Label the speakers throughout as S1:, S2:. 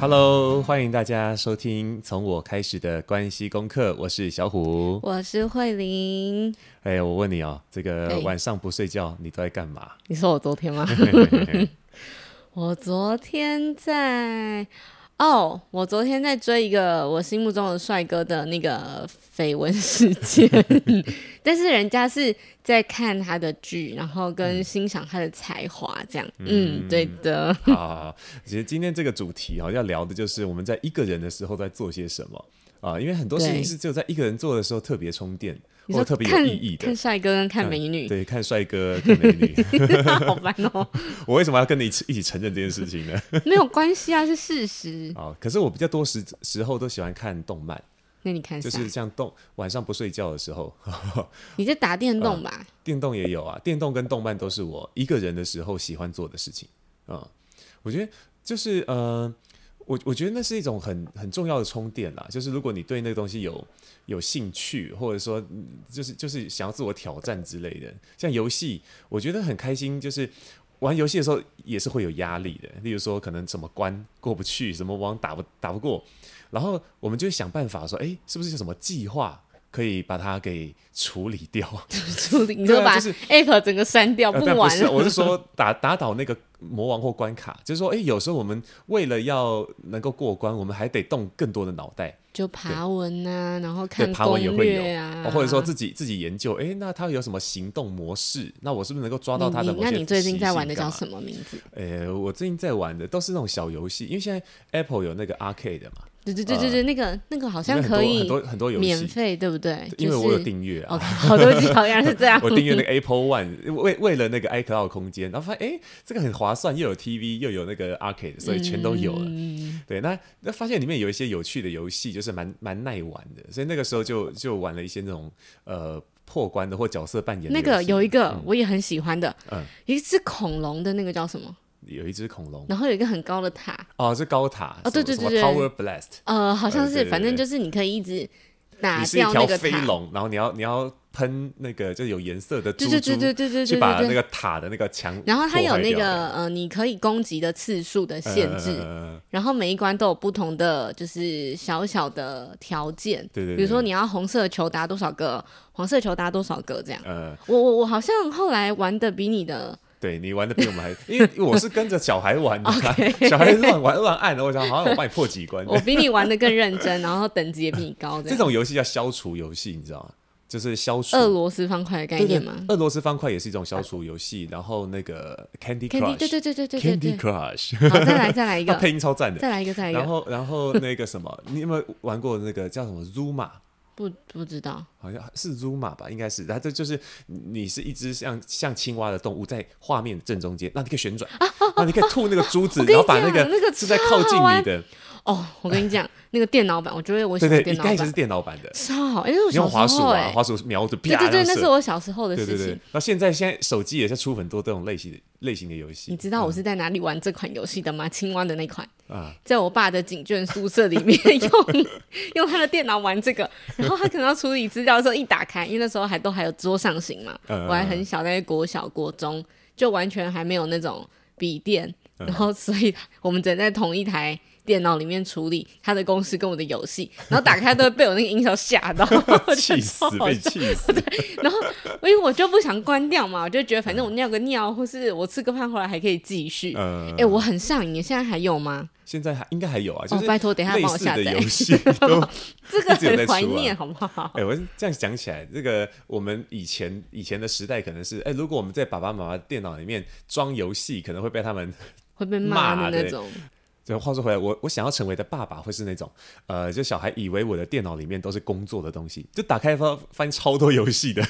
S1: Hello，欢迎大家收听从我开始的关系功课，我是小虎。
S2: 我是慧玲，
S1: 哎、我问你哦，这个
S2: 对
S1: 晚上不睡觉，你都在干 嘛？
S2: 你说我昨 天吗？我昨天在哦，我昨天在追一个我心目中的帅哥的那个绯闻事件，但是人家是在看他的剧，然后跟欣赏他的才华，这样。嗯，对的。
S1: 好好好，其实今天这个主题哦，要聊的就是我们在一个人的时候在做些什么啊，因为很多事情
S2: 对
S1: 是只有在一个人做的时候特别充电，
S2: 你
S1: 或
S2: 说
S1: 特别有
S2: 看
S1: 意义的
S2: 看。帅哥跟看
S1: 嗯
S2: 美女，
S1: 对，看帅哥，看美女，
S2: 好烦哦。
S1: 我为什么要跟你一起一起承认这件事情 呢？
S2: 没有关系啊，是事实。
S1: 啊，可是我比较多时时候都喜欢看动漫，
S2: 那你看
S1: 就
S2: 啥？
S1: 是像动晚上不睡觉的时候，
S2: 你在打电动吧？
S1: 电动也有啊，电动跟动漫都是我一个人的时候喜欢做的事情啊、嗯我觉得就是呃，我我觉得那是一种很很重要的充电啦。就是如果你对那个东西有有兴趣，或者说嗯就是就是想要自我挑战之类的，像游戏，我觉得很开心，就是。玩游戏的时候也是会有压力的，例如说可能什么关过不去，什么网打不打不过，然后我们就会想办法说，哎，是不是有什么计划可以把它给处理掉？
S2: 处理，你
S1: 对
S2: 就
S1: 啊
S2: 把
S1: 就是
S2: app 整个删掉，
S1: 呃
S2: 不
S1: 但不
S2: 玩
S1: 是，
S2: 了。
S1: 我是说打 打倒那个魔王或关卡，就是说，哎、有时候我们为了要能够过关，我们还得动更多的脑袋，
S2: 就爬文啊，然后
S1: 对，
S2: 看
S1: 爬文也
S2: 攻
S1: 会有，
S2: 略啊，
S1: 哦或者说自己自己研究，哎、那他有什么行动模式？那我是不是能够抓到他的某
S2: 你你
S1: 些啊
S2: 那你最近在玩的叫
S1: 么？
S2: 什么名字？
S1: 呃，我最近在玩的都是那种小游戏，因为现在 Apple 有那个 Arcade 嘛，
S2: 对对对对对，那个那个好像
S1: 呃里面
S2: 可
S1: 很
S2: 以
S1: 多很多很多游
S2: 免
S1: 戏，
S2: 费，对不对？
S1: 因为
S2: 就是哦
S1: 我有订阅啊。
S2: OK，好 多集好像是这样。
S1: 我订阅 那个 Apple One，为为了那个 iCloud 空间，然后发现哎、诶这个很划算，又有 TV 又有那个 Arcade，所以 全都有了。
S2: 嗯
S1: 对，那那发现里面有一些有趣的游戏，就是蛮蛮耐玩的，所以那个时候就就玩了一些那种呃破关的或角色扮演的
S2: 那
S1: 游戏。
S2: 个有一个我也很喜欢的
S1: 嗯，
S2: 一只恐龙的那个叫什么？
S1: 有一只恐龙
S2: 然后有一个很高的塔，
S1: 哦，是高塔
S2: 哦对对
S1: 什么
S2: 对
S1: 什么
S2: 对
S1: ，Tower Blast，
S2: 呃，好像
S1: 对对
S2: 是
S1: 对，对
S2: 反正就是你可以一直打
S1: 你是一
S2: 掉那
S1: 条
S2: 个
S1: 飞
S2: 塔。
S1: 龙，然后你要你要喷那个就是有颜色的珠珠，
S2: 对对对对对对对
S1: 去
S2: 对
S1: 把那
S2: 对
S1: 个塔的那个墙破坏掉
S2: 然
S1: 的，
S2: 后它有那个呃，你可以攻击的次数的限制，
S1: 呃
S2: 然后每一关都有不同的就是小小的条件，
S1: 对对对
S2: 比如说你要红色球打多少个，黄色球打多少个这样。
S1: 呃，
S2: 我我我好像后来玩的比你的，
S1: 对你玩的比我们还，因为我是跟着小孩玩 的、啊，小孩乱玩乱按，我想好像我帮你破几关。
S2: 我比你玩的更认真，然后等级也比你高
S1: 这
S2: 这样。
S1: 种游戏叫消除游戏，你知道吗？就是消除
S2: 俄罗斯方块的概
S1: 对对
S2: 念吗
S1: 俄罗斯方块也是一种消除游戏，然后那个 Candy Crush，
S2: ？Candy，对对对对对
S1: Candy
S2: 对对。
S1: Crush，
S2: 好，再来再来 一
S1: 它
S2: 个，
S1: 配音超赞的。
S2: 再来一个，再来一
S1: 然
S2: 个。
S1: 后然后那个什么，你有没有玩过那个叫什么 Zuma？
S2: 不不知道，
S1: 好像是 Zuma 吧，应该是，它这就是你是一只像像青蛙的动物，在画面的正中间，那你可以旋 转，啊，你可以吐那个珠子，
S2: 我跟你
S1: 然后把那
S2: 讲
S1: 个
S2: 那个
S1: 是在
S2: 超
S1: 靠近
S2: 好玩
S1: 你的，
S2: 哦，我跟你讲，那个电脑版，我觉得我喜
S1: 对
S2: 欢
S1: 对，
S2: 电
S1: 一
S2: 脑
S1: 开始是
S2: 版，
S1: 电脑版的，
S2: 超好，因为我
S1: 你用
S2: 小
S1: 滑
S2: 时
S1: 鼠
S2: 候
S1: 啊，
S2: 哎，
S1: 滑鼠瞄着
S2: 对
S1: 啪，
S2: 对对，
S1: 这样
S2: 那
S1: 射
S2: 是我小时候的
S1: 对对
S2: 事情
S1: 对。。那现在现在手机也是出很多这种类型的类型的游戏，
S2: 你知道我是在哪里玩这款游戏的吗？青蛙的那款，
S1: 嗯啊
S2: 在我爸的警卷宿舍里面 用用他的电脑玩这个，然后他可能要处理资料的时候一打开，因为那时候还都还有桌上型嘛，
S1: 嗯嗯嗯
S2: 我还很小，在国小国中就完全还没有那种笔电，
S1: 嗯
S2: 然后所以我们只能在同一台。电脑里面处理他的公式跟我的游戏，然后打开都会被我那个音效 吓到，我觉 得
S1: 气
S2: 超
S1: 死
S2: 好
S1: 被
S2: 笑
S1: 气死，
S2: 然后因为我就不想关掉嘛，我就觉得反正我尿个尿，或是我吃个饭回来还可以继续。哎、
S1: 呃，
S2: 我很上瘾，现在还有吗？
S1: 现在还应该还有啊，就是
S2: 拜托等一下
S1: 类
S2: 帮我
S1: 似
S2: 下
S1: 的
S2: 载
S1: 游戏都
S2: 这个
S1: 一直有在
S2: 很
S1: 出啊
S2: 怀念，好不好？
S1: 哎、我这样讲起来，这个我们以前以前的时代可能是，哎、如果我们在爸爸妈妈电脑里面装游戏，可能会被他们
S2: 会被
S1: 骂
S2: 骂的
S1: 对
S2: 那种，
S1: 就话说回来，我我想要成为的爸爸会是那种，呃，就小孩以为我的电脑里面都是工作的东西，就打开发翻超多游戏的。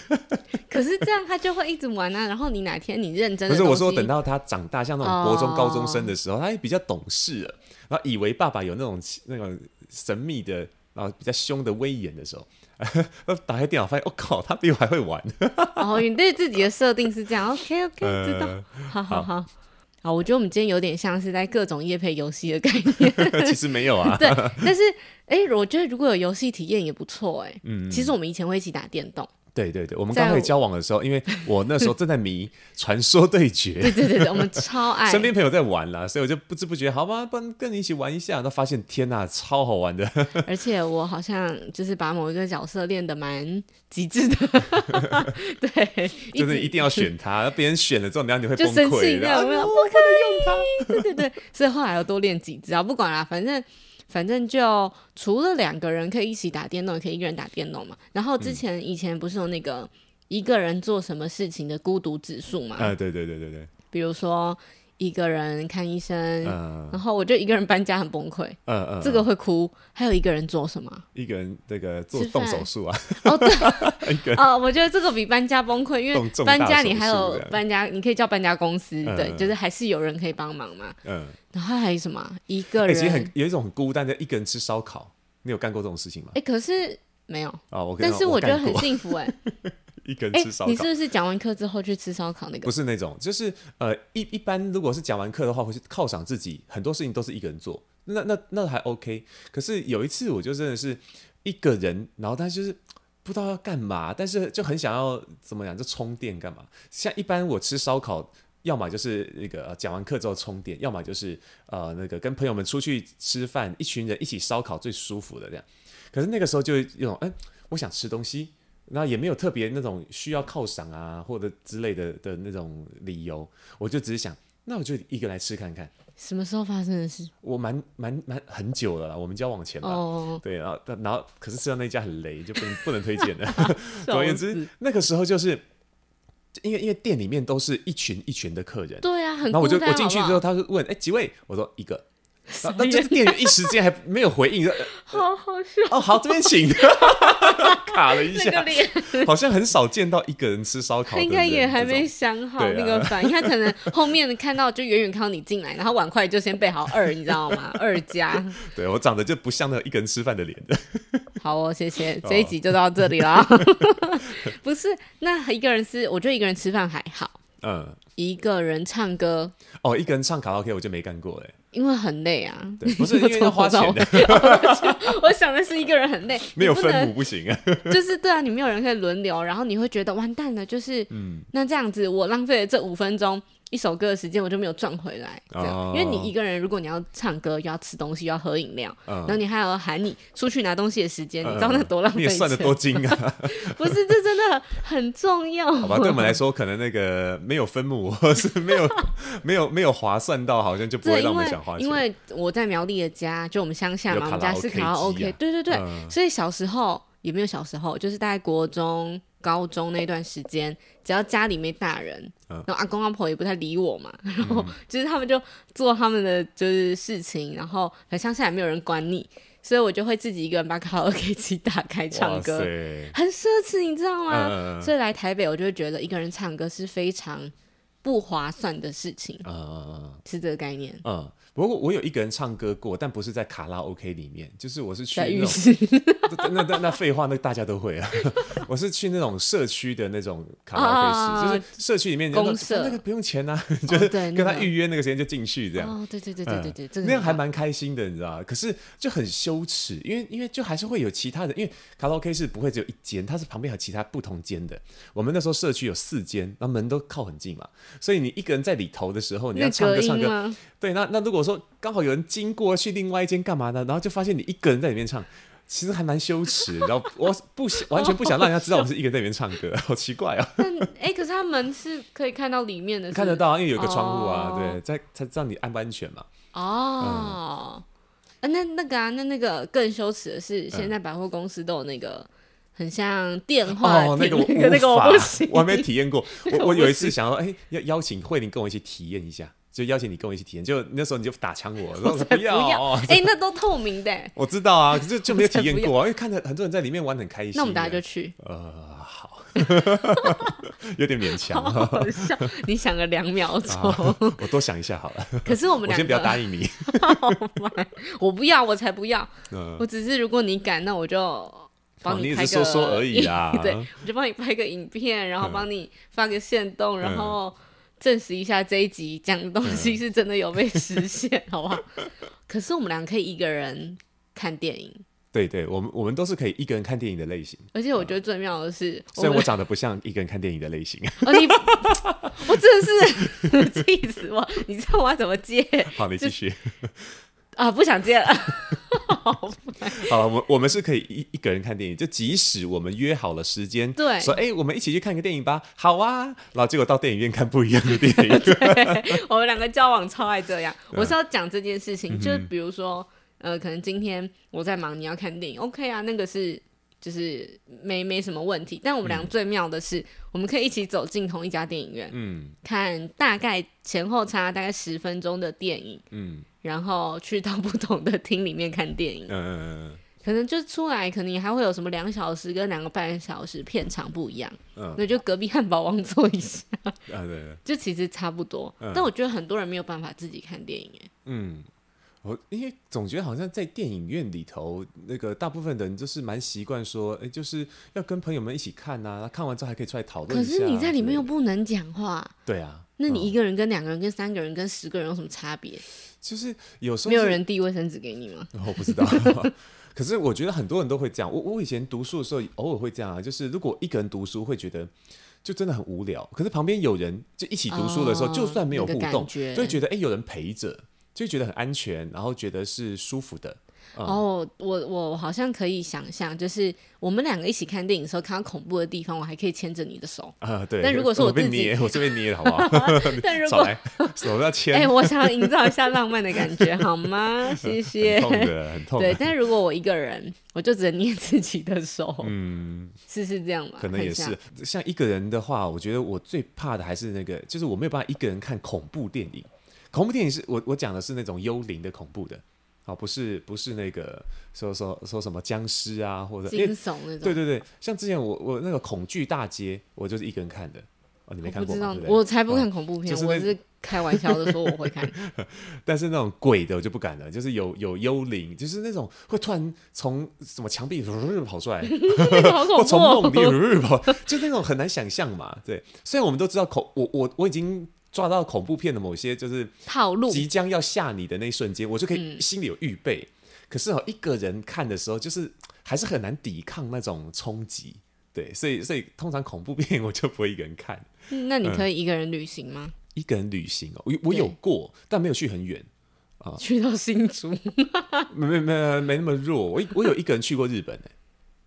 S2: 可是这样他就会一直玩啊，然后你哪天你认真
S1: 不
S2: 的，
S1: 是我说，等到他长大，像那种国中
S2: 哦
S1: 高中生的时候，他也比较懂事了，然后以为爸爸有那种奇那种神秘的，然后比较凶的威严的时候， 打开电脑发现，我、哦靠，他比我还会玩。
S2: 哦，你对自己的设定是这 样，OK OK，知道，哎
S1: 呃
S2: 好好好。好，我觉得我们今天有点像是在各种夜配游戏的概念，
S1: 其实没有啊，
S2: 对。但是，哎、我觉得如果有游戏体验也不错、哎。嗯。其实我们以前会一起打电动，
S1: 对对对，我们
S2: 在
S1: 刚开始
S2: 我
S1: 交往的时候，因为我那时候正在 迷《传说对决》，
S2: 对对对对，我们超爱。
S1: 身边朋友在玩啦，所以我就不知不觉，好吧，不然跟你一起玩一下。然后发现天呐，超好玩的，
S2: 而且我好像就是把某一个角色练得蛮极致的， 对，
S1: 就
S2: 直
S1: 是一定要选 它。别人选了之后，然后你会
S2: 就
S1: 崩
S2: 生气
S1: 溃，啊
S2: 那
S1: 然后
S2: 样，没有不可以用它，对 对对，所以后来要多练几只啊，不管啦，反正反正就除了两个人可以一起打电动，也可以一个人打电动嘛。然后
S1: 嗯
S2: 之前、以前不是有那个一个人做什么事情的孤独指数嘛，
S1: 呃，对对对对对，
S2: 比如说一个人看医生，
S1: 嗯
S2: 然后我就一个人搬家很崩溃，
S1: 嗯嗯，
S2: 这个会哭，还有一个人做什么啊？
S1: 一个人那个做
S2: 吃
S1: 动
S2: 饭
S1: 手术啊，
S2: 哦，对，
S1: 一个人
S2: 哦，我觉得这个比搬家崩溃，因
S1: 动
S2: 为
S1: 重
S2: 搬
S1: 大
S2: 家
S1: 手
S2: 你还
S1: 术
S2: 有
S1: 这样
S2: 搬家，你可以叫搬家公司，
S1: 嗯
S2: 对，
S1: 嗯
S2: 就是还是有人可以帮忙嘛。
S1: 嗯，
S2: 然后还有什么啊一个
S1: 哎，
S2: 人？
S1: 其实很有一种很孤单的，一个人吃烧烤，你有干过这种事情吗？
S2: 哎可是没有，
S1: 啊，我跟
S2: 但是我觉得
S1: 干
S2: 很
S1: 过
S2: 幸福哎、
S1: 一个
S2: 哎、
S1: 人吃烧
S2: 你
S1: 烤
S2: 是。不是讲完课之后去吃烧烤那个
S1: 不？是那种，就是呃，一一般如果是讲完课的话，会去犒赏自己，很多事情都是一个人做，那那那还 OK。可是有一次，我就真的是一个人，然后但就是不知道要干嘛，但是就很想要怎么讲，就充电干嘛。像一般我吃烧烤。要么就是那个呃讲完课之后充电，要么就是呃那个跟朋友们出去吃饭，一群人一起烧烤最舒服的这样。可是那个时候就有一种，哎、我想吃东西，那也没有特别那种需要犒赏啊或者之类的的那种理由，我就只是想，那我就一个来吃看看。
S2: 什么时候发生的事？
S1: 我蛮蛮蛮很久了啦，我们交往前吧。
S2: 哦，
S1: 对，然后但然后可是吃到那一家很雷，就不能不能推荐了。总而言
S2: 笑
S1: 之
S2: 死，
S1: 那个时候就是因为因为店里面都是一群一群的客人，
S2: 对啊，很
S1: 然后
S2: 孤
S1: 我就
S2: 单。
S1: 我进去之
S2: 好
S1: 后，
S2: 不
S1: 他就问：“哎，几位？”我说：“一个。”
S2: 好
S1: 然后那这店员一时间还没有回应，说
S2: 好好 笑，：“
S1: 哦，好，这边 请。”卡了一
S2: 那个
S1: 下，
S2: 脸
S1: 好像很少见到一个人吃烧烤的
S2: 他
S1: 人，
S2: 应该也还
S1: 这
S2: 没
S1: 种
S2: 想好
S1: 对啊
S2: 那个反应，他可能后面看到就远远看到你进来，然后碗筷就先备好二，你知道吗？二加。
S1: 对我长得就不像那个一个人吃饭的脸 的。
S2: 好哦，谢谢，这一集就到这 里啦。不是，那一个人是，我觉得一个人吃饭还好，
S1: 嗯，
S2: 一个人唱歌，
S1: 哦，一个人唱卡拉 OK 我就没干过哎，
S2: 因为很累啊。
S1: 对，不是因为要花钱的，
S2: 我想的是一个人很累，
S1: 没有
S2: 你不
S1: 分母
S2: 能，
S1: 不行啊。
S2: 就是对啊，你没有人可以轮流，然后你会觉得完蛋了，就是，
S1: 嗯
S2: 那这样子我浪费了这五分钟。一首歌的时间我就没有赚回来，这样，
S1: 哦
S2: 因为你一个人，如果你要唱歌，又要吃东西，又要喝饮料，
S1: 嗯
S2: 然后你还要喊你出去拿东西的时 间，你知道那多浪
S1: 你
S2: 费
S1: 也
S2: 钱？
S1: 算得多精啊，
S2: 不是，这真的很重要。
S1: 好吧？对我们来说，可能那个没有分母，或是没有没有没有划算到，好像就不会 让
S2: 对，因
S1: 我
S2: 为
S1: 们想花钱。
S2: 因为我在苗栗的家，就我们乡下
S1: 有
S2: 嘛，我
S1: 卡
S2: 们
S1: 拉
S2: 家是
S1: OK
S2: 卡拉
S1: 机
S2: OK，
S1: 啊
S2: 对对对，
S1: 嗯
S2: 所以小时候也没有小时候，就是大概国中、高中那段时间，只要家里没大人，
S1: 嗯
S2: 然后阿公阿婆也不太理我嘛，然后就是他们就做他们的就是事情，然后很乡下也没有人管你，所以我就会自己一个人把卡拉 OK 机打开唱
S1: 哇
S2: 歌，
S1: 塞，
S2: 很奢侈，你知道吗？
S1: 嗯嗯嗯
S2: 所以来台北，我就会觉得一个人唱歌是非常不划算的事情，
S1: 嗯嗯
S2: 是这个概念。
S1: 嗯嗯。不过我有一个人唱歌过，但不是在卡拉 OK 里面，就是我是去
S2: 在
S1: 那
S2: 浴
S1: 种
S2: 室
S1: 那那那那废话，那大家都会啊。 我是去那种社区的那种卡
S2: 啊
S1: 拉 OK 室，就是社区里面人家
S2: 公
S1: 都
S2: 社哦
S1: 那个不用钱啊， 就是
S2: 对那
S1: 跟
S2: 个
S1: 他预约那个时间就进去这样。嗯
S2: 哦，对对对对对对，这个
S1: 那样
S2: 很
S1: 还
S2: 棒
S1: 蛮开心的，你知道吗？可是就很羞耻，因为因为就还是会有其他的，因为卡拉 OK 是不会只有一间，它是旁边还有其他不同间的。我们那时候社区有四间，那门都靠很近嘛，所以你一个人在里头的时候，你要
S2: 那
S1: 唱
S2: 隔
S1: 歌唱
S2: 音啊
S1: 歌，
S2: 吗？
S1: 对，那那如果说刚好有人经过去另外一间干嘛呢？然后就发现你一个人在里面唱，其实还蛮羞耻。然后我不想完全不想让人家知道我是一个人在里面唱歌， 好奇怪啊！
S2: 那哎，可是它门是可以看到里面的，
S1: 看得到啊，因为有一个窗户啊，
S2: 哦
S1: 对，在才知道你安不安全嘛。
S2: 是不是哦。啊，那那个啊，那那个更羞耻的是，现在
S1: 嗯
S2: 百货公司都有那个很像电话
S1: 哦，那
S2: 亭
S1: 个我
S2: 那个
S1: 无
S2: 那个
S1: 法
S2: 我不行，
S1: 我还没体验过。我
S2: 个
S1: 我
S2: 我
S1: 有
S2: 不
S1: 一次想要，哎、要邀请慧玲跟我一起体验一下，就邀请你跟我一起体验，就那时候你就打枪我，我说
S2: 才
S1: 不
S2: 不
S1: 要
S2: 要
S1: 哦，！
S2: 哎、那都透明的、欸
S1: 我知道啊，可是就没有体验
S2: 我才不
S1: 过啊，因为看着很多人在里面玩得很开心啊。
S2: 那我们大家 就去，
S1: 呃好，有点勉强
S2: 好
S1: 啊，
S2: 好笑。你想了两秒钟，
S1: 我多想一下好了，
S2: 可是我们
S1: 我
S2: 两个，
S1: 先不要答应 你。哦
S2: 我不要，我才不要。
S1: 嗯哦
S2: 我只是如果你敢，那我就帮
S1: 你也
S2: 拍
S1: 是
S2: 个、
S1: 说说而已啊嗯啦
S2: 对，我就帮你拍个影片，然后帮你发个线动，然后证实一下这一集讲的东西是真的有被实现，好不好？可是我们俩可以一个人看电影，
S1: 对对，我们我们都是可以一个人看电影的类型，
S2: 而且我觉得最妙的是，我
S1: 虽然哦
S2: 们
S1: 我长得不像一个人看电影的类型。
S2: 哦，你 我真的是 气死我！你知道我要怎么接
S1: 好，你继续。
S2: 啊？不想接了。
S1: 好，我们我们是可以一一个人看电影，就即使我们约好了时间，
S2: 对
S1: 说哎、我们一起去看个电影吧，好啊，然后结果到电影院看不一样的电影，
S2: 我们两个交往超爱这样。
S1: 嗯
S2: 我是要讲这件事情，就是比如说，呃，可能今天我在忙，你要看电影，OK 啊，那个是就是没没什么问题。但我们俩最妙的是，我们可以一起走进同一家电影院，
S1: 嗯
S2: 看大概前后差大概十分钟的电影，
S1: 嗯
S2: 然后去到不同的厅里面看电影
S1: 嗯。嗯
S2: 可能就出来，可能还会有什么两小时跟两个半小时片长不一样，
S1: 嗯嗯
S2: 那就隔壁汉堡王坐一下，
S1: 啊对对，
S2: 就其实差不多。
S1: 嗯
S2: 但我觉得很多人没有办法自己看电影，哎，
S1: 嗯。我因为总觉得好像在电影院里头，那个大部分人就是蛮习惯说，哎、就是要跟朋友们一起看呐、看完之后还可以出来讨论
S2: 可
S1: 一下啊之
S2: 是
S1: 类的。
S2: 你在里面又不能讲话，
S1: 对啊，
S2: 那你一
S1: 嗯、
S2: 个人跟两个人、跟三个人、跟十个人有什么差别？
S1: 就是有时候
S2: 没有
S1: 是
S2: 人递卫生纸给你吗？
S1: 我不知道， 可是我觉得很多人都会这样。我我以前读书的时候，偶尔会这样啊，就是如果一个人读书，会觉得就真的很无聊。可是旁边有人就一起读书的时候，
S2: 哦
S1: 就算没有
S2: 那
S1: 互
S2: 个感
S1: 动，
S2: 觉
S1: 就会觉得哎、诶有人陪着，就会觉得很安全，然后觉得是舒服的。。
S2: 哦，我我好像可以想象，就是我们两个一起看电影的时候，看到恐怖的地方，我还可以牵着你的手
S1: 啊、对。
S2: 但如果是
S1: 我
S2: 我自己
S1: 被捏，我这边捏了，好不好？
S2: 但 如
S1: 少
S2: 果
S1: 来，手要牵，
S2: 哎、我想要营造一下浪漫的感觉，好吗？谢
S1: 很。
S2: 谢
S1: 痛的，很痛
S2: 对，
S1: 的。
S2: 但如果我一个人，我就只能捏自己的手，
S1: 嗯，
S2: 是是这样吧？
S1: 可能也
S2: 很像
S1: 是。像一个人的话，我觉得我最怕的还是那个，就是我没有办法一个人看恐怖电影。恐怖电影是我我讲的是那种幽灵的恐怖的，哦，不是不是那个说说说什么僵尸啊，或者因
S2: 惊
S1: 为
S2: 悚那种。
S1: 对对对，像之前我我那个恐惧大街，我就是一个人看的。哦，你没看
S2: 我不
S1: 过
S2: 知
S1: 吗？
S2: 道
S1: 对，不对
S2: 我才不看恐怖片，
S1: 就是那
S2: 我是开玩笑的说我会看。
S1: 但是那种鬼的我就不敢了，就是有有幽灵，就是那种会突然从什么墙壁 跑出来，
S2: 那 个好
S1: 或
S2: 恐
S1: 从梦
S2: 怖、
S1: 里
S2: 哦。
S1: 日跑，就那种很难想象嘛。对，虽然我们都知道恐，我我我已经抓到恐怖片的某些就是
S2: 套路嗯
S1: 即将要吓你的那一瞬间，我就可以心里有预备。可是哦，一个人看的时候，就是还是很难抵抗那种冲击。对，所以所以通常恐怖片我就不会一个人看，
S2: 嗯那你可以一个人旅行吗？
S1: 一个人旅行哦，我我有
S2: 对
S1: 过，但没有去很远，哦
S2: 去到新竹？
S1: 没没没没那么弱。我我有一个人去过日本呢、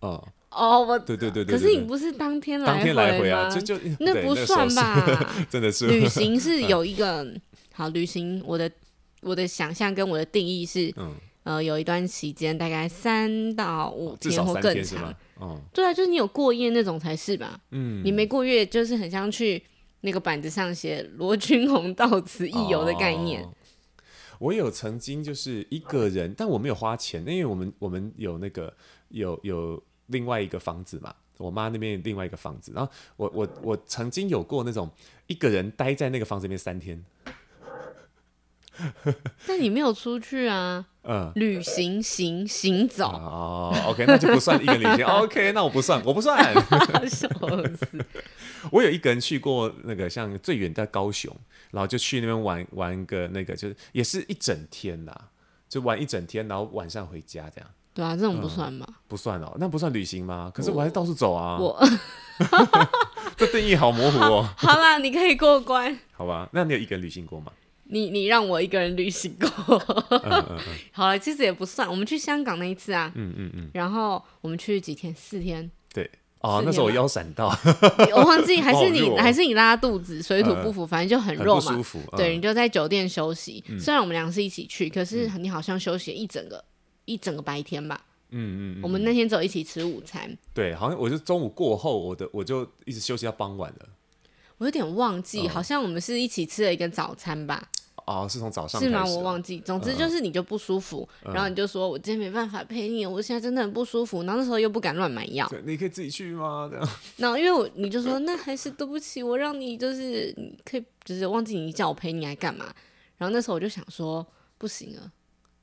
S1: 哦、
S2: 哦，我。
S1: 对对对对
S2: 可
S1: 对
S2: 是你不是当天
S1: 当天来
S2: 来
S1: 回啊，
S2: 吗？
S1: 就就
S2: 那
S1: 对
S2: 不
S1: 时候
S2: 算
S1: 是
S2: 吧？
S1: 真的是
S2: 旅行是有一个好旅行，我的我的想象跟我的定义是，
S1: 嗯
S2: 呃，有一段期间大概三到五
S1: 哦至
S2: 天
S1: 少
S2: 或
S1: 三
S2: 更
S1: 天是
S2: 长
S1: 吗。？哦，
S2: 对啊，就是你有过夜那种才是吧？
S1: 嗯，
S2: 你没过夜就是很像去那个板子上写“罗君红到此一游”的概念。
S1: 哦我有曾经就是一个人，但我没有花钱，因为我们我们有那个有有另外一个房子嘛，我妈那边有另外一个房子，然后我我我曾经有过那种一个人待在那个房子里面三天，
S2: 但你没有出去啊，
S1: 嗯。
S2: 旅行行行走，
S1: 哦，OK，那就不算一个旅 行。OK，那我不算，我不算。
S2: 啊笑死！
S1: 我有一个人去过那个像最远到高雄，然后就去那边玩玩个那个，就是也是一整天啦，就玩一整天，然后晚上回家这样。
S2: 对啊，这种不算吧？
S1: 不算哦，那不算旅行吗？可是我还是到处走啊。
S2: 我
S1: 这定义好模糊哦，
S2: 好啦，你可以过关。
S1: 好吧？那你有一个人旅行过吗？
S2: 你你让我一个人旅行过，好了，其实也不算。我们去香港那一次啊，
S1: 嗯嗯嗯，
S2: 然后我们去几天，四天，
S1: 对。哦
S2: 四，天
S1: 那时候我腰闪到，
S2: 我忘记还是
S1: 好
S2: 你
S1: 弱哦
S2: 还是你拉肚子，水土不服，反正就很
S1: 嗯很
S2: 弱
S1: 不
S2: 嘛，
S1: 舒服。嗯
S2: 对，你，就在酒店休息。虽然我们俩是一起去，可是你好像休息了一整个一整个白天吧。
S1: 嗯嗯嗯嗯，
S2: 我们那天只有一起吃午餐，
S1: 对，好像我就中午过后，我的我就一直休息到傍晚了。
S2: 我有点忘记，好像我们是一起吃了一个早餐吧。
S1: 哦，是从早上
S2: 是吗？
S1: 开始
S2: 我
S1: 啊
S2: 忘记。总之就是你就不舒服，然后你就说我今天没办法陪你，我现在真的很不舒服。然后那时候又不敢乱买药，
S1: 对，你可以自己去吗？ 这样，
S2: 然后因为我你就说那还是对不起，我让你就是你可以就是忘记你叫我陪你来干嘛。然后那时候我就想说不行啊，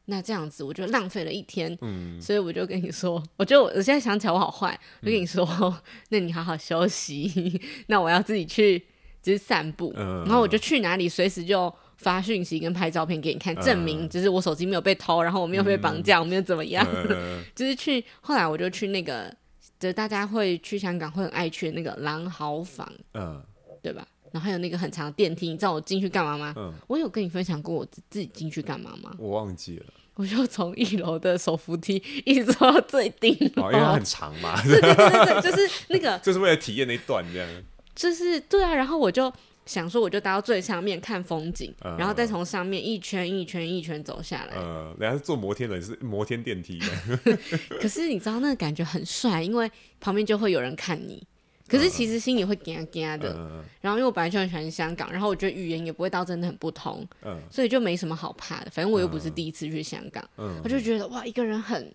S2: 那这样子我就浪费了一天，
S1: 嗯，
S2: 所以我就跟你说，我觉得我我现在想起来我好坏，我就跟你说， 那你好好休息， 那我要自己去就是散步，
S1: 嗯
S2: 然后我就去哪里随时就发讯息跟拍照片给你看，证明
S1: 嗯
S2: 就是我手机没有被偷，然后我没有被绑架，我没有怎么样，
S1: 呃
S2: 就是去后来我就去那个，就是大家会去香港会很爱去的那个狼嚎坊，
S1: 嗯
S2: 对吧？然后还有那个很长的电梯，你知道我进去干嘛吗？
S1: 嗯，
S2: 我有跟你分享过我自自己进去干嘛吗？
S1: 我忘记了，
S2: 我就从一楼的手扶梯一直坐到最顶楼，
S1: 哦，因为它很长嘛，
S2: 对对对对，对，就是那个，
S1: 就是为了体验那一段这 样，
S2: 就是对啊。然后我就想说，我就搭到最上面看风景，
S1: 嗯
S2: 然后再从上面一圈一圈一圈走下来。
S1: 呃，人家是坐摩天轮，是摩天电梯的，
S2: 可是你知道那个感觉很帅，因为旁边就会有人看你。可是其实心里会嘎嘎的，
S1: 嗯
S2: 然后因为我本来就很喜欢香港，然后我觉得语言也不会到真的很不同，
S1: 嗯
S2: 所以就没什么好怕的。反正我又不是第一次去香港，
S1: 嗯
S2: 我就觉得哇，一个人很，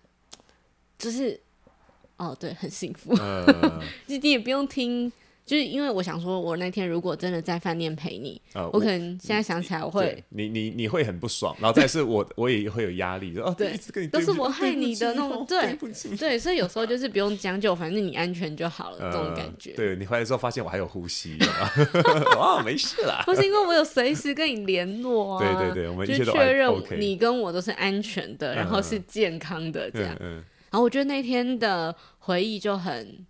S2: 就是，哦，对，很幸福。
S1: 呃
S2: 就 你也不用听，就是因为我想说，我那天如果真的在饭店陪你，
S1: 呃，
S2: 我可能现在想起来我会
S1: 对。你你你会很不爽，然后再是我我也会有压力，就哦，
S2: 对
S1: 一直跟你
S2: 都是
S1: 对不起
S2: 我害你
S1: 哦对不起
S2: 的那种
S1: 哦
S2: 对
S1: 对不起，
S2: 对，所以有时候就是不用将就，反正你安全就好了，这种感觉。
S1: 呃对你回来之后发现我还有呼吸， 啊，没事啦。
S2: 或是因为我有随时跟你联络啊，
S1: 对对对我们一
S2: 就
S1: 切都
S2: 确认
S1: OK
S2: 你跟我都是安全的，然后是健康的这样。
S1: 嗯嗯
S2: 然后我觉得那天的回忆就很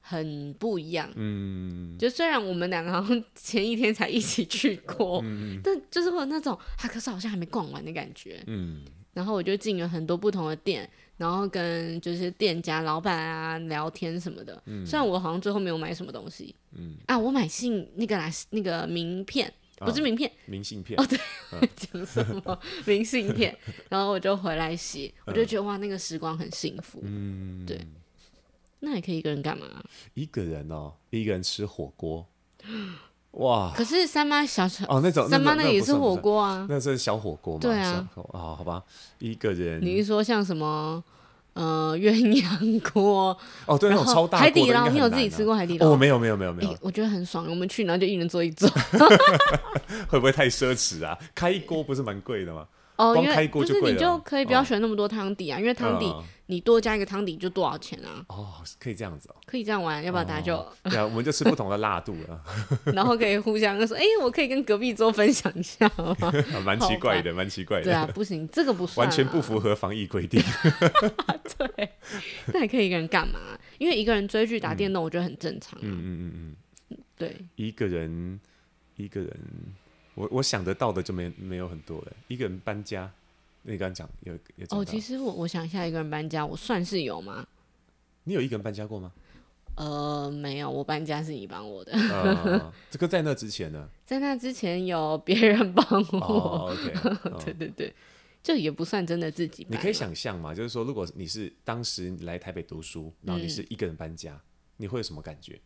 S2: 很不一样，
S1: 嗯，
S2: 就虽然我们两个好像 前一天才一起去
S1: 嗯
S2: 过， 但就是会有那种啊，可是好像还没逛完的感觉。
S1: 嗯，
S2: 然后我就进了很多不同的店，然后跟就是店家、老板啊聊天什么的。
S1: 嗯
S2: 虽然我好像最后没有买什么东西，嗯啊，我买信那个啦，那个名片。不是名片，
S1: 明信片
S2: 哦讲什么明信片？然后我就回来写，我就觉得哇，那个时光很幸福。
S1: 嗯，
S2: 对那你可以一个人干嘛、啊
S1: 一个人哦，一个人吃火锅， 哇，
S2: 可是三妈小小、
S1: 哦哦那种
S2: 三妈
S1: 那
S2: 那
S1: 种
S2: 个也
S1: 不
S2: 是
S1: 算不
S2: 火
S1: 算
S2: 锅啊。
S1: 那是小火锅嘛？
S2: 对啊
S1: 小火，啊，好吧，一个人，
S2: 你是说像什么呃鸳鸯锅？
S1: 哦， 对，那种
S2: 然后
S1: 超大锅
S2: 海
S1: 的应
S2: 底
S1: 该很
S2: 捞，
S1: 难啊，
S2: 你有自己吃过海底捞？
S1: 哦，没有，没有，没有，没
S2: 欸
S1: 有，
S2: 我觉得很爽。我们去，然后就一人做一桌。
S1: 会不会太奢侈啊？开一锅不是蛮贵的吗？
S2: 哦，
S1: 光
S2: 因
S1: 开
S2: 为
S1: 锅
S2: 就
S1: 就是贵
S2: 你
S1: 了
S2: 就可以不要
S1: 哦
S2: 选那么多汤底啊，因为汤底
S1: 嗯
S2: 你多加一个汤底就多少钱啊？
S1: 哦，可以这样子哦。
S2: 可以这样玩，要不然大家就、
S1: 对啊，我们就吃不同的辣度啊了，
S2: 然后可以互相说，哎、我可以跟隔壁桌分享一下 吗？
S1: 蛮奇怪的，蛮奇怪
S2: 对啊，
S1: 的，
S2: 不行，这个不算、啊
S1: 完全不。符合防疫规定。
S2: 对，那你可以一个人干嘛？啊因为一个人追剧打电动，我觉得很正常、啊
S1: 嗯嗯嗯嗯，
S2: 对，
S1: 一个人，一个人，我我想得到的就没没有很多了。一个人搬家，那你刚刚讲有有讲到
S2: 哦，其实我我想一下，一个人搬家，我算是有吗？
S1: 你有一个人搬家过 吗？
S2: 呃，没有，我搬家是你帮我的，
S1: 啊，这个在那之前呢？
S2: 在那之前有别人帮我。
S1: 哦，OK，哦
S2: 对对对，就也不算真的自己搬
S1: 你
S2: 嘛。
S1: 可以想象嘛，就是说，如果你是当时你来台北读书，然后你
S2: 嗯
S1: 是一个人搬家，你会有什么感觉？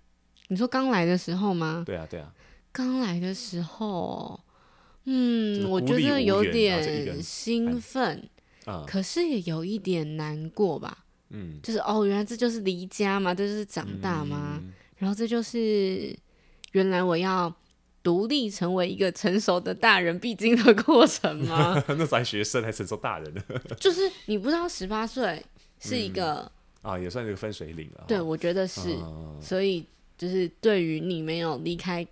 S2: 你说刚来的时候吗？
S1: 对啊，对啊，
S2: 刚来的时候，
S1: 就是
S2: 嗯，我
S1: 孤
S2: 觉
S1: 立
S2: 得
S1: 无
S2: 有
S1: 援然后就一个
S2: 点
S1: 人
S2: 兴奋，
S1: 啊，
S2: 可是也有一点难过吧。
S1: 嗯，
S2: 就是哦，原来这就是离家嘛，这就是长大嘛，
S1: 嗯
S2: 然后这就是原来我要独立成为一个成熟的大人必经的过程吗？
S1: 那时候还学生，还承受大人 呢，
S2: 就是你不知道十八岁是一个，
S1: 啊，也算是个分水岭了。
S2: 对
S1: 哦，
S2: 我觉得是，
S1: 啊
S2: 所以就是对于你没有离开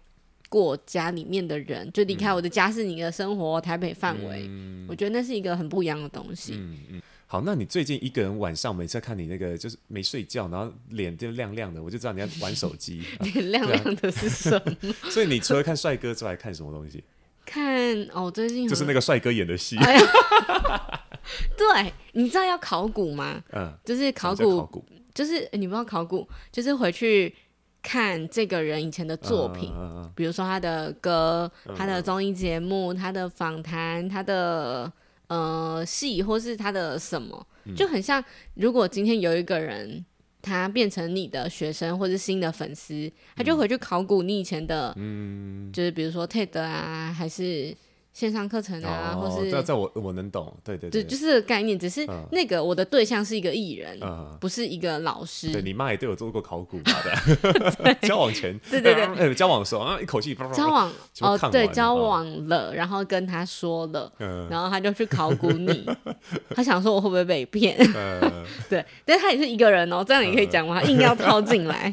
S2: 过家里面的人，就离
S1: 嗯
S2: 开我的家是你的生活台北范围，我觉得那是一个很不一样的东西。
S1: 嗯 好，那你最近一个人晚上每次看你那个就是没睡觉，然后脸就亮亮的，我就知道你在玩手机。啊
S2: 亮亮的是什 么？
S1: 所以你除了看帅哥之外，还看什么东西？
S2: 看哦，最近
S1: 就是那
S2: 个
S1: 个帅哥演的戏。
S2: 哎对，你知道要考古吗？
S1: 嗯，
S2: 就是考
S1: 什么叫
S2: 古，
S1: 古
S2: 就是你不知道考古，就是回去看这个人以前的作品。
S1: 嗯嗯嗯
S2: 比如说他的歌、他的综艺节目、他的访谈、他的呃戏，或是他的什么，
S1: 嗯
S2: 就很像。如果今天有一个人，他变成你的学生或是新的粉
S1: 嗯
S2: 丝，他就回去考古你以前的，就是比如说 TED 啊，还是线上课程啊，
S1: 哦，
S2: 或是
S1: 在在我我能懂，对对
S2: 对，
S1: 对，
S2: 就是这个概念，只是
S1: 嗯
S2: 那个我的对象是一个艺人，
S1: 嗯
S2: 不是一个老师。
S1: 对你妈也对我做过考古嘛 的，交往前，
S2: 嗯对对对
S1: 呃，交往的时候啊，一口气叭叭叭
S2: 交往
S1: 全部
S2: 哦
S1: 看，
S2: 对，
S1: 完了
S2: 交
S1: 哦
S2: 往了，然后跟他说了，
S1: 嗯
S2: 然后他就去考 古你，他想说我会不会被骗？
S1: 呃，
S2: 对，但是他也是一个人哦，这样也可以讲吗？
S1: 嗯
S2: 他硬要套 进来。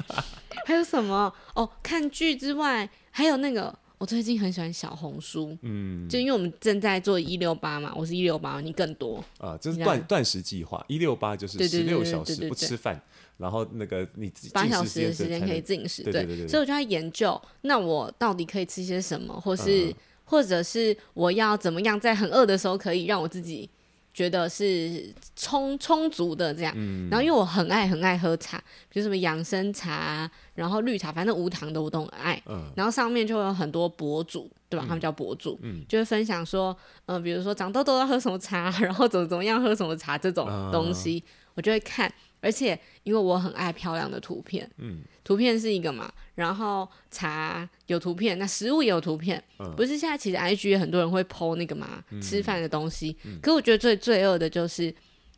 S2: 还有什么？哦，看剧之外，还有那个，我最近很喜欢小红书，
S1: 嗯
S2: 就因为我们正在做一六八嘛，我是一六八，你更多，
S1: 啊，这
S2: 你
S1: 是
S2: 看
S1: 断断食计划，一六八就是
S2: 对
S1: 十
S2: 对对
S1: 六
S2: 对
S1: 小
S2: 对
S1: 时
S2: 对
S1: 不
S2: 对
S1: 吃饭，然后那个你自己
S2: 八
S1: 进
S2: 小
S1: 食
S2: 时的时
S1: 间
S2: 间
S1: 才
S2: 可以
S1: 能
S2: 进食，
S1: 对对对对
S2: 所以我就在研究，那我到底可以吃些什么，或是、
S1: 嗯
S2: 或者是我要怎么样在很饿的时候可以让我自己觉得是充充足的这样。
S1: 嗯
S2: 然后因为我很爱很爱喝茶，比如什么养生茶啊，然后绿茶，反正无糖的我都很爱。
S1: 嗯
S2: 然后上面就会有很多博主，对吧？他们叫博主，就会分享说，嗯、比如说长痘痘要喝什么茶， 然后怎么怎么样喝什么茶这种东西，
S1: 啊
S2: 我就会看。而且因为我很爱漂亮的图片，
S1: 嗯
S2: 图片是一个嘛，然后茶有图片，那食物也有图片，
S1: 嗯
S2: 不是现在其实 IG 也很多人会 PO 那个嘛、吃饭的东西，
S1: 嗯
S2: 可我觉得最罪恶的就是，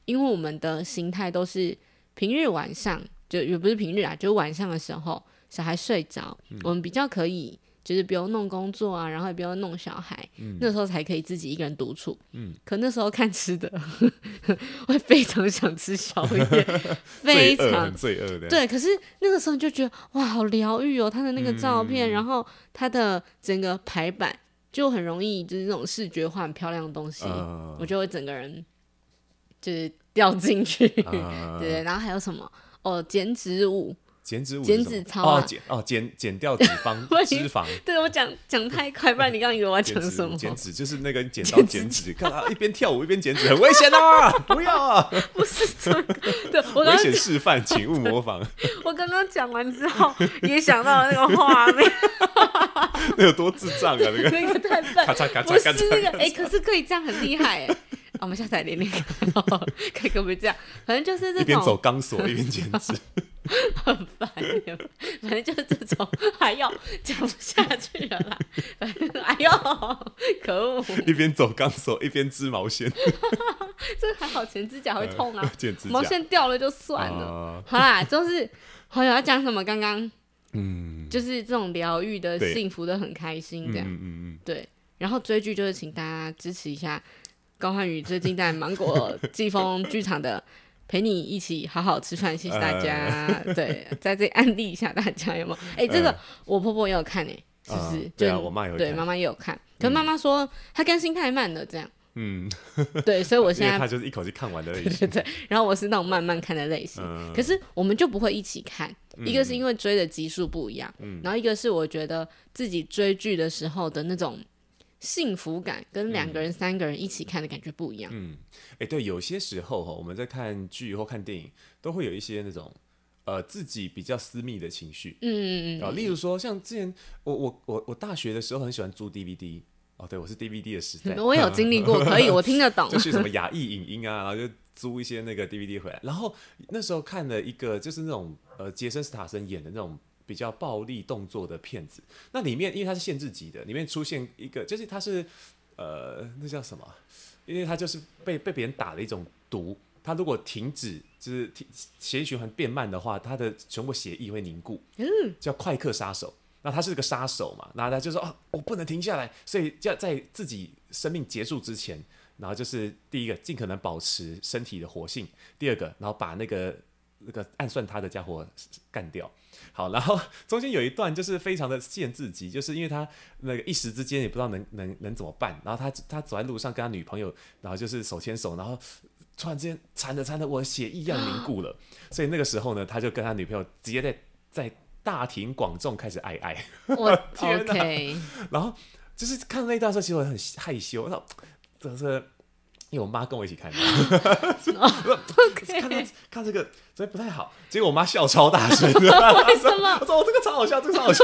S2: 因为我们的形态都是平日晚上，就也不是平日啊，就是晚上的时候，小孩睡着，
S1: 嗯
S2: 我们比较可以。就是不用弄工作啊，然后也不用弄小孩，
S1: 嗯
S2: 那时候才可以自己一个人独处。嗯，可那时候看吃的， 会非常想吃宵夜，非
S1: 罪恶
S2: 常
S1: 很罪恶的，
S2: 对，可是那个时候你就觉得哇，好疗愈哦，他的那个照片，
S1: 嗯
S2: 然后他的整个排版就很容易就是那种视觉化很漂亮的东西，
S1: 嗯
S2: 我就会整个人就是掉进去。
S1: 啊
S2: 对，然后还有什么？哦，减脂舞，
S1: 减脂舞是
S2: 减
S1: 什么
S2: 脂操啊
S1: 哦，减哦减减掉脂肪
S2: 我以为
S1: 脂肪。
S2: 对我讲讲太快，不然你刚刚以为我要
S1: 减
S2: 讲什
S1: 脂，
S2: 么？
S1: 减脂就是那个剪刀剪脂，看啊他一边跳舞一边剪脂，很危险啊！不要啊！
S2: 不是这个，对我
S1: 危
S2: 刚刚
S1: 险示范，请勿模仿。
S2: 我刚刚讲完之后，也想到了那个画面，
S1: 那有多智障啊！那 个
S2: 那个太笨，
S1: 咔嚓咔
S2: 不
S1: 嚓
S2: 是
S1: 咔嚓
S2: 那个，哎、可是可以这样很厉害哎、啊我们下次来练练看， 可以可不可以这样？反正就是
S1: 一
S2: 这
S1: 边走
S2: 种
S1: 钢索一边剪脂，
S2: 很烦，反正就是这种，哎呦，讲不下去了啦，反正哎呦，可恶，
S1: 一边走钢索一边织毛线，，
S2: 这还好，前指甲会痛啊
S1: 剪呃指甲
S2: 毛线掉了就算了。
S1: 啊！
S2: 好啦，就是好友要讲什么？刚刚
S1: 嗯
S2: 就是这种疗愈的、
S1: 对
S2: 幸福的、很开心
S1: 嗯
S2: 这
S1: 嗯
S2: 样。
S1: 嗯
S2: 对，啊然后追剧就是请大家支持一下高瀚宇最近在芒果季风剧场的《陪你一起好好吃饭》，谢谢大家。对，在这里安利一下大 家有没有？哎、这个、
S1: 呃
S2: 我婆婆也有看哎、是不是？
S1: 啊
S2: 就
S1: 对啊我妈也有
S2: 对，
S1: 看嗯
S2: 妈妈也有看，可是妈妈说她更新太慢了，这样。
S1: 嗯嗯，
S2: 对，所以我
S1: 因
S2: 现
S1: 为他
S2: 在。
S1: 就是一口气看完的类型。
S2: 然后我是那种慢慢看的类型，
S1: 嗯
S2: 可是我们就不会一起看，一个是因为追的集数不一样，
S1: 嗯
S2: 然后一个是我觉得自己追剧的时候的那种幸福感，跟两个
S1: 嗯
S2: 人、三个人一起看的感觉不一样。
S1: 哎，对，有些时候哈，我们在看剧或看电影，都会有一些那种呃自己比较私密的情绪。
S2: 嗯嗯
S1: 啊，例如说像之前我我我我大学的时候很喜欢租 DVD 哦，对我是 DVD 的时代，
S2: 嗯，我有经历过，可以，我听得懂
S1: 就。去什么雅艺影音啊，然后 就租一些那个 DVD 回来，然后那时候看了一个就是那种呃杰森斯塔森演的那种。比较暴力动作的片子，那里面因为它是限制级的，里面出现一个就是它是呃那叫什么？因为他就是被被别人打的一种毒，他如果停止就是停血液循环变慢的话，他的全部血液会凝固，叫快克杀手。那他是个杀手嘛，那他就说啊，我不能停下来，所以要在自己生命结束之前，然后就是第一个尽可能保持身体的活性，第二个，然后把那个那个暗算他的家伙干掉。好，然后中间有一段就是非常的限制级，就是因为他那个一时之间也不知道能能能怎么办，然后他他走在路上跟他女朋友，然后就是手牵手，然后突然之间缠着缠着，我的血一样凝固了，所以那个时候呢，他就跟他女朋友直接在在大庭广众开始爱爱。
S2: 我
S1: 天哪
S2: OK，
S1: 然后就是看那一段的时候，其实我很害羞，那这是因为我妈跟我一起看的，
S2: 哦
S1: 看到看这个真不太好，结果我妈笑超大声的，为
S2: 什 么
S1: 我说我这个超好笑，这个超好 笑。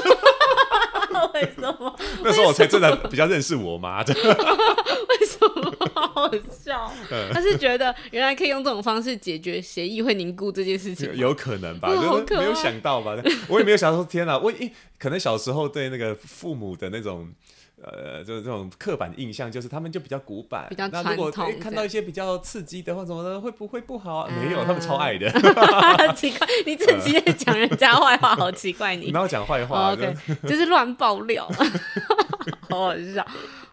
S2: 为什么？
S1: 那时候我才真的比较认识我妈的，
S2: 为什么好笑？
S1: 嗯
S2: 他是觉得原来可以用这种方式解决协议会凝固这件事情
S1: 有
S2: 吗。
S1: 有可能吧，
S2: 哇
S1: 就
S2: 好
S1: 是
S2: 可爱
S1: 没有想到吧，我也没有想到说天哪，我一可能小时候对那个父母的那种。呃，就是这种刻板印象，就是他们就比较古板，
S2: 比较
S1: 那如果
S2: 传统嗯
S1: 诶
S2: 这样
S1: 看到一些比较刺激的或什么的，会不会不好啊？没有，他们超爱的，
S2: 奇怪，你自己在讲人家坏话，好奇怪 你
S1: 然。后讲坏话。
S2: 哦 OK，
S1: 就
S2: 就是乱爆料，好好笑。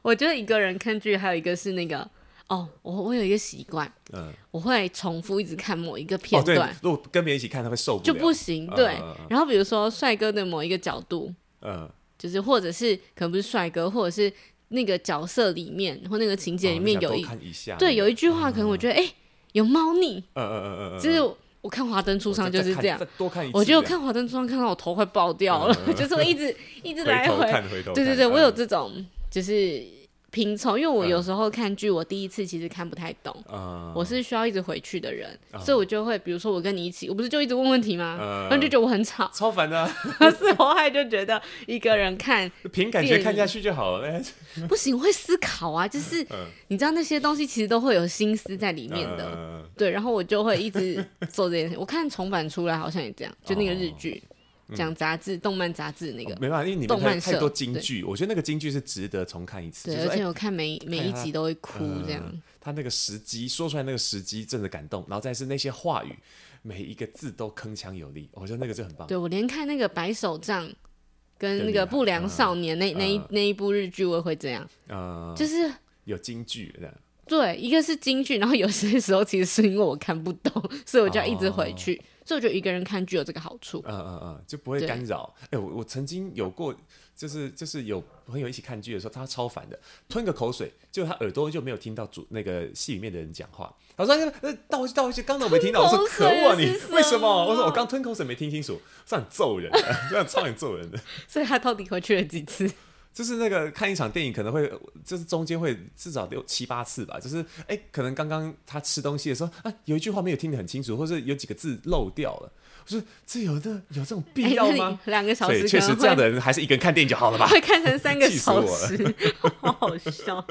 S2: 我觉得一个人看剧，还有一个是那个哦，我我有一个习惯，
S1: 嗯，
S2: 我会重复一直看某一个片
S1: 哦对
S2: 段，，
S1: 如果跟别人一起看，他会受不
S2: 就
S1: 了。
S2: 不行。
S1: 嗯
S2: 对
S1: 嗯嗯，
S2: 然后比如说帅哥的某一个角度，
S1: 嗯，
S2: 就是或者是可能不是帅哥，或者是那个角色里面或那个情节里面
S1: 哦
S2: 有
S1: 你想
S2: 一
S1: 多看一下，
S2: 对有一句话，可能我觉得哎有猫腻，
S1: 嗯，嗯嗯嗯嗯，
S2: 就是我看《华灯初上》就
S1: 再
S2: 是
S1: 看
S2: 这样
S1: 再。多看一啊次，
S2: 我就看《华灯初上》，看到我头快爆掉了， 就是我一直一直
S1: 这样嗯
S2: 来
S1: 回头
S2: 回，
S1: 看回头看，
S2: 对对对，我有
S1: 嗯
S2: 这种就是拼凑，因为我有时候看剧，我第一次其实看不太懂，
S1: 嗯，
S2: 我是需要一直回去的人，所以我就会，比如说我跟你一起，我不是就一直问问题吗？
S1: 嗯
S2: 然后就觉得我很吵，
S1: 超烦的啊，
S2: 所以我还就觉得一个人看
S1: 凭感觉
S2: 电
S1: 看下
S2: 影
S1: 去就好了。哎
S2: 不行，我会思考啊，就是
S1: 嗯
S2: 你知道那些东西其实都会有心思在里面的。
S1: 嗯
S2: 对，然后我就会一直做这件事。我看重版出来好像也这样，就那个日剧，讲杂志、动漫杂志那个
S1: 嗯哦，没办法，因为你
S2: 动
S1: 们太
S2: 漫
S1: 太
S2: 社
S1: 多京
S2: 对
S1: 剧，我觉得那个京剧是值得重看一次。
S2: 对，
S1: 就是
S2: 而且
S1: 哎
S2: 我看每每一集都会哭这样。
S1: 嗯他那个时机说出来那个时机真的感动，然后再是那些话语，每一个字都铿锵有力，我觉得那个就很棒。
S2: 对我连看那个白手杖
S1: 跟
S2: 跟那
S1: 女孩
S2: 个不良少年那、那一
S1: 嗯
S2: 那一部日剧，我也会这样，
S1: 嗯，
S2: 就是。
S1: 有京剧的，
S2: 对，一个是京剧，然后有些时候其实是因为我看不懂，所以我就要一直回去。
S1: 哦
S2: 所以我觉得一个人看剧有这个好处。
S1: 嗯嗯嗯，就不会
S2: 对
S1: 干扰。哎、我我曾经有过，就是就是有朋友一起看剧的时候，他超烦的，吞个口水，就他耳朵就没有听到主那个戏里面的人讲话。他说：“呃，倒回去，倒回去，刚才我没听到。”我说：“
S2: 吞口
S1: 可
S2: 水
S1: 恶、啊，你
S2: 是什么
S1: 为什么？”我说：“我刚吞口水没听清楚，这很揍人、啊，这样超很揍人的。”
S2: 所以他到底回去了几次？
S1: 就是那个看一场电影可能会，就是中间会至少有七八次吧。就是哎、可能刚刚他吃东西的时候啊，有一句话没有听得很清楚，或者有几个字漏掉了。我说这有的有这种 必要
S2: 哎那你
S1: 吗？
S2: 两个小
S1: 所
S2: 时
S1: 以确
S2: 可
S1: 实
S2: 能
S1: 这样
S2: 会
S1: 的人还是一个人看电影就好了吧。
S2: 会看成三 个
S1: 气死我
S2: 小
S1: 了
S2: 时， 好好笑。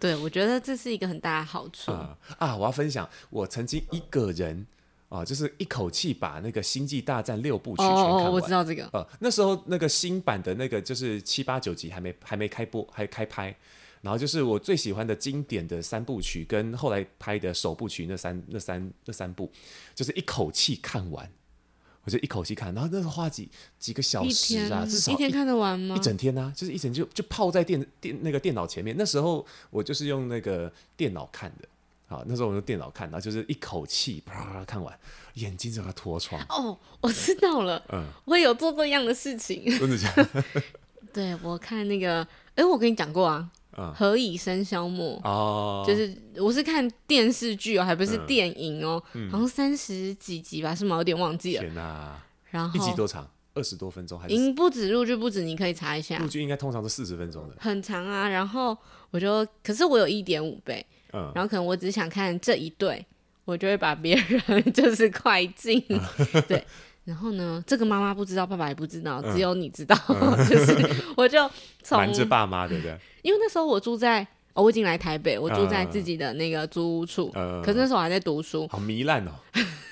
S2: 对，我觉得这是一个很大的好处。
S1: 啊啊！我要分享，我曾经一个人啊，就是一口气把那个《星际大战》六部曲
S2: 哦
S1: 全看完。
S2: 哦哦，我知道这个。
S1: 呃，那时候那个新版的那个就是七八九集还没还没开播，还开拍。然后就是我最喜欢的经典的三部曲，跟后来拍的首部曲那三那三那三部，就是一口气看完，我就一口气看，然后那是花几几个小
S2: 一
S1: 时
S2: 天
S1: 啊，至少
S2: 一天看得完吗
S1: 一？整天啊，就是一整就就泡在电电那个电脑前面。那时候我就是用那个电脑看的，好，那时候我用电脑看，然后就是一口气啪看完，眼睛整个脱窗，
S2: 哦，我知道了，
S1: 嗯
S2: 我也有做过一样的事情。
S1: 真的假 的？
S2: 对我看那个，哎，我跟你讲过啊，
S1: 嗯
S2: 何以笙箫默》
S1: 哦，嗯
S2: 就是我是看电视剧哦，还不是电影哦，好像三十几集吧，是吗？有点忘记了。
S1: 天哪、
S2: 然
S1: 一集
S2: 后
S1: 多长？二十多分钟还是？
S2: 赢不止，入剧不止，你可以查一下
S1: 陆，剧应该通常是四十分钟的。
S2: 很长啊。然后我就，可是我有一点五倍，
S1: 嗯，
S2: 然后可能我只想看这一对，我就会把别人 就是快 进，对。然后呢，这个妈妈不知道，爸爸也不知道，只有你知道， 就是我就从
S1: 嗯瞒着爸妈，对不对？
S2: 因为那时候我住在。哦，我已经来台北，我住在自己的那个租屋处，
S1: 嗯嗯嗯
S2: 可是那时候我还在读书，
S1: 好糜烂哦，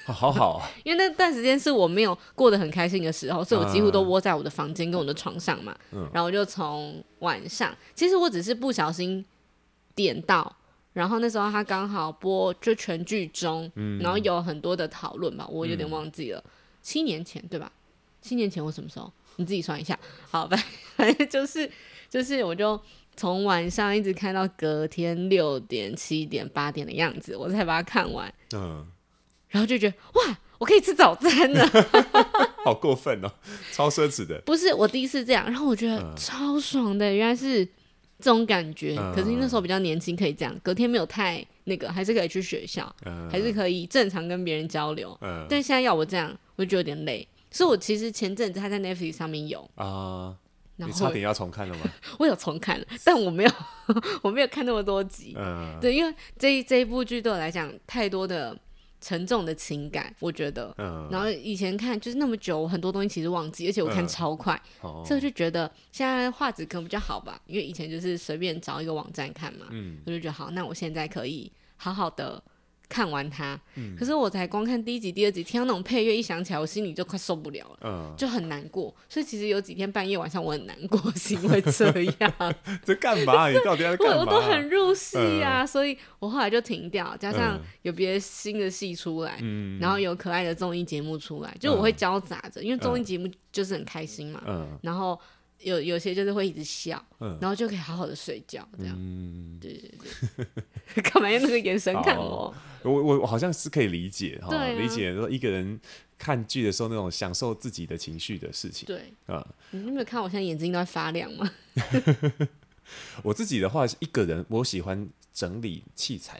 S1: 好好好啊，
S2: 因为那段时间是我没有过得很开心的时候，所以我几乎都窝在我的房间跟我的床上嘛。然后我就从晚上，其实我只是不小心点到，然后那时候他刚好播就全剧终，然后有很多的讨论吧，我有点忘记了，七年前对吧？七年前我什么时候？你自己算一下。好，反 反正就是就是我就。从晚上一直看到隔天六点、七点、八点的样子，我才把它看完。
S1: 嗯，
S2: 然后就觉得哇，我可以吃早 餐了。
S1: 好过分哦，超奢侈的。
S2: 不是我第一次这样，然后我觉得超爽的，原来是这种感觉。
S1: 嗯
S2: 可是那时候比较年轻，可以这样，隔天没有太那个，还是可以去学校，
S1: 嗯
S2: 还是可以正常跟别人交流。
S1: 嗯
S2: 但现在要我这样，我就觉得有点累。所以我其实前阵子还在 Netflix 上面有，
S1: 啊，
S2: 然
S1: 你
S2: 后
S1: 差点要重看了吗？
S2: 我有重看了， 但我没有，我没有看那么多集。
S1: 嗯
S2: 对，因为这一这一部剧对我来讲太多的沉重的情感，我觉得。
S1: 嗯，
S2: 然后以前看就是那么久，我很多东西其实忘记，而且我看
S1: 嗯
S2: 超快，
S1: 好
S2: 所以我就觉得现在画质可能比较好吧，因为以前就是随便找一个网站看嘛，
S1: 嗯
S2: 我就觉得好，那我现在可以好好的看完它。
S1: 嗯
S2: 可是我才光看第一集、第二集，听到那种配乐一响起来，我心里就快受不了了。
S1: 嗯，
S2: 就很难过，所以其实有几天半夜晚上我很难过，是因为这样，
S1: 这干嘛？你到底 要
S2: 我
S1: 干嘛？嗯
S2: 我都很入戏啊，所以我后来就停掉，加上有别的新的戏出来，
S1: 嗯
S2: 然后有可爱的综艺节目出来，就我会交杂着，因为综艺节目就是很开心嘛，
S1: 嗯
S2: 然后有有些就是会一直笑，
S1: 嗯
S2: 然后就可以好好的睡觉，这样、
S1: 嗯， 哦
S2: 干嘛用那个眼神看我？
S1: 我我我好像是可以理解哈，
S2: 对啊
S1: 理解说一个人看剧的时候那种享受自己的情绪的事情
S2: 对，
S1: 啊、
S2: 你有没有看我现在眼睛都在发亮吗？
S1: 我自己的话，一个人我喜欢整理器材，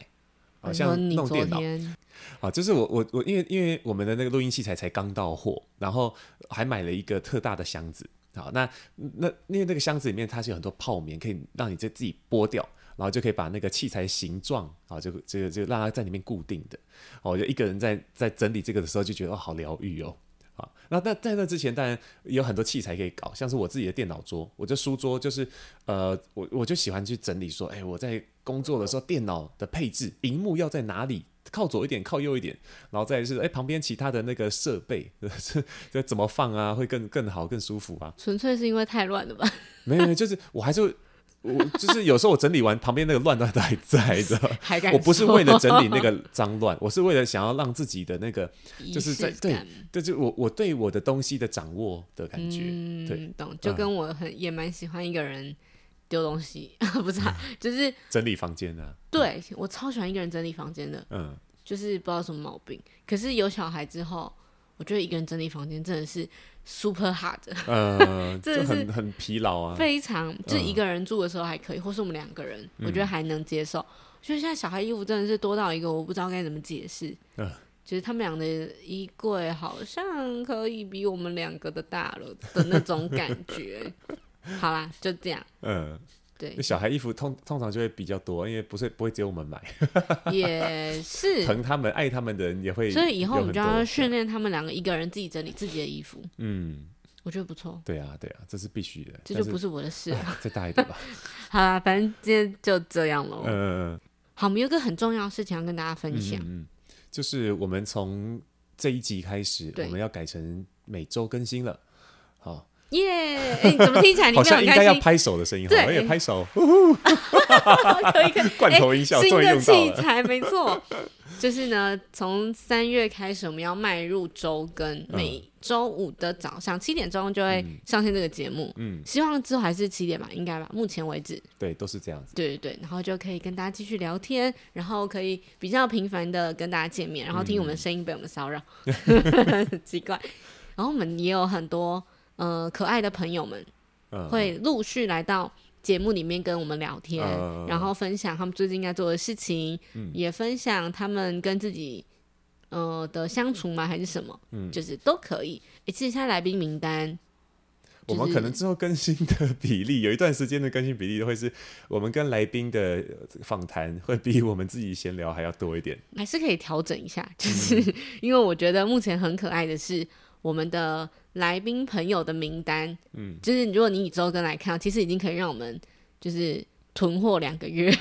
S1: 好、
S2: 我说
S1: 像
S2: 哎你
S1: 弄
S2: 昨
S1: 电脑。
S2: 天
S1: 啊，就是我我我，因为因为我们的那个录音器材才刚到货，然后还买了一个特大的箱子。好，那那因为那个箱子里面它是有很多泡棉，可以让你再自己剥掉，然后就可以把那个器材形状啊，就就就让它在里面固定的。哦，我就一个人在在整理这个的时候就觉得哦，好疗愈哦。啊，那那在那之前，当然有很多器材可以搞，像是我自己的电脑桌，我这书桌就是，呃，我我就喜欢去整理说，哎、我在工作的时候，电脑的配置，荧幕要在哪里，靠左一点，靠右一点，然后再来是，哎、旁边其他的那个设备， 这这怎么放啊，会更更好，更舒服啊？
S2: 纯粹是因为太乱了吧？
S1: 没有，没有就是我还是会我就是有时候我整理完，旁边那个乱乱的还在，你知道吗？
S2: 还敢
S1: 我不是
S2: 说
S1: 为了整理那个脏乱，我是为了想要让自己的那个就是在
S2: 仪式
S1: 对
S2: 感，
S1: 对，就我我对我的东西的掌握的感觉，对，
S2: 嗯，懂，就跟我很、也蛮喜欢一个人丢东西， 不是、啊，
S1: 嗯
S2: 就是
S1: 整理房间啊，
S2: 对我超喜欢一个人整理房间的，
S1: 嗯，
S2: 就是不知道什么毛病。可是有小孩之后，我觉得一个人整理房间真的是 super hard，的、
S1: 呃，
S2: 真
S1: 就
S2: 的是
S1: 很很疲劳啊，
S2: 非常就一个人住的时候还可以，或是我们两个人，
S1: 嗯
S2: 我觉得还能接受。就是现在小孩衣服真的是多到一个我不知道该怎么解释。
S1: 嗯
S2: 就是他们俩的衣柜好像可以比我们两个的大了的那种感觉。 好啦，就这样。
S1: 嗯，
S2: 对，
S1: 小孩衣服通通常就会比较多，因为不是不会只有我们买，
S2: 也 是，
S1: 疼他们爱他们的人也会有很
S2: 所
S1: 多，
S2: 以以后我们就要训练他们两个一个人自己整理自己的衣服，
S1: 嗯，
S2: 我觉得不错。
S1: 对啊对啊，这是必须的，
S2: 这就
S1: 但
S2: 不是我的 事了。
S1: 再大一点吧，
S2: 好啦，反正今天就这样喽。
S1: 嗯。
S2: 好，我们有一个很重要的事情要跟大家分享。
S1: 嗯嗯嗯，就是我们从这一集开始，我
S2: 对
S1: 们要改成每周更新了。好，
S2: 耶！哎，你怎么听起 来你
S1: 好
S2: 没有
S1: 像
S2: 很
S1: 应该
S2: 开
S1: 要
S2: 心？
S1: 拍手的声音，好
S2: 对
S1: 我也拍手。
S2: 可以可以，
S1: 罐头音效
S2: 哎
S1: 终于用到了
S2: 新的器材没 错，就是呢，从三月开始我们要迈入周更，
S1: 嗯
S2: 每周五的早上七点钟就会上线这个节目。
S1: 嗯，
S2: 希望之后还是七点吧，应该吧，目前为止。
S1: 对，都是这样子。
S2: 对对对，然后就可以跟大家继续聊天，然后可以比较频繁的跟大家见面，然后听我们
S1: 嗯
S2: 的声音被我们骚扰， 很奇怪。然后我们也有很多呃可爱的朋友们
S1: 嗯，
S2: 会陆续来到节目里面跟我们聊天，
S1: 嗯
S2: 然后分享他们最近在做的事情，也分享他们跟自己呃的相处吗，还是什么，
S1: 嗯
S2: 就是都可以。诶其实现在来宾名单
S1: 我们
S2: 就是
S1: 可能之后更新的比例，有一段时间的更新比例都会是我们跟来宾的呃访谈会比我们自己闲聊还要多一点。
S2: 还是可以调整一下， 就是、
S1: 嗯
S2: 因为我觉得目前很可爱的是我们的来宾朋友的名单，
S1: 嗯，
S2: 就是如果你以周更来看，其实已经可以让我们就是囤货两 个月，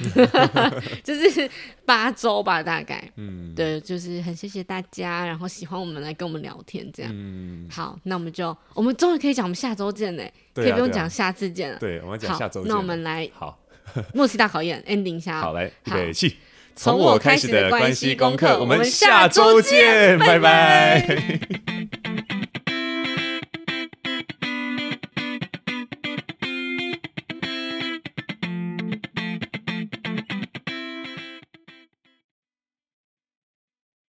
S2: 就是八周吧，大概，
S1: 嗯，
S2: 对，就是很谢谢大家，然后喜欢我们来跟我们聊天这样。
S1: 嗯，
S2: 好，那我们就我们终于可以讲我们下周见嘞，
S1: 对啊
S2: 可以不用
S1: 对啊
S2: 讲下次见了。
S1: 对，我们讲
S2: 好
S1: 下周，见。
S2: 那我们来
S1: 好
S2: 默契大考验 ending 一下哦。
S1: 好来预
S2: 好
S1: 备起，
S2: 从我开始的关系功课
S1: 我
S2: 我
S1: 们
S2: 们
S1: 下
S2: 下
S1: 周
S2: 周
S1: 见，拜拜。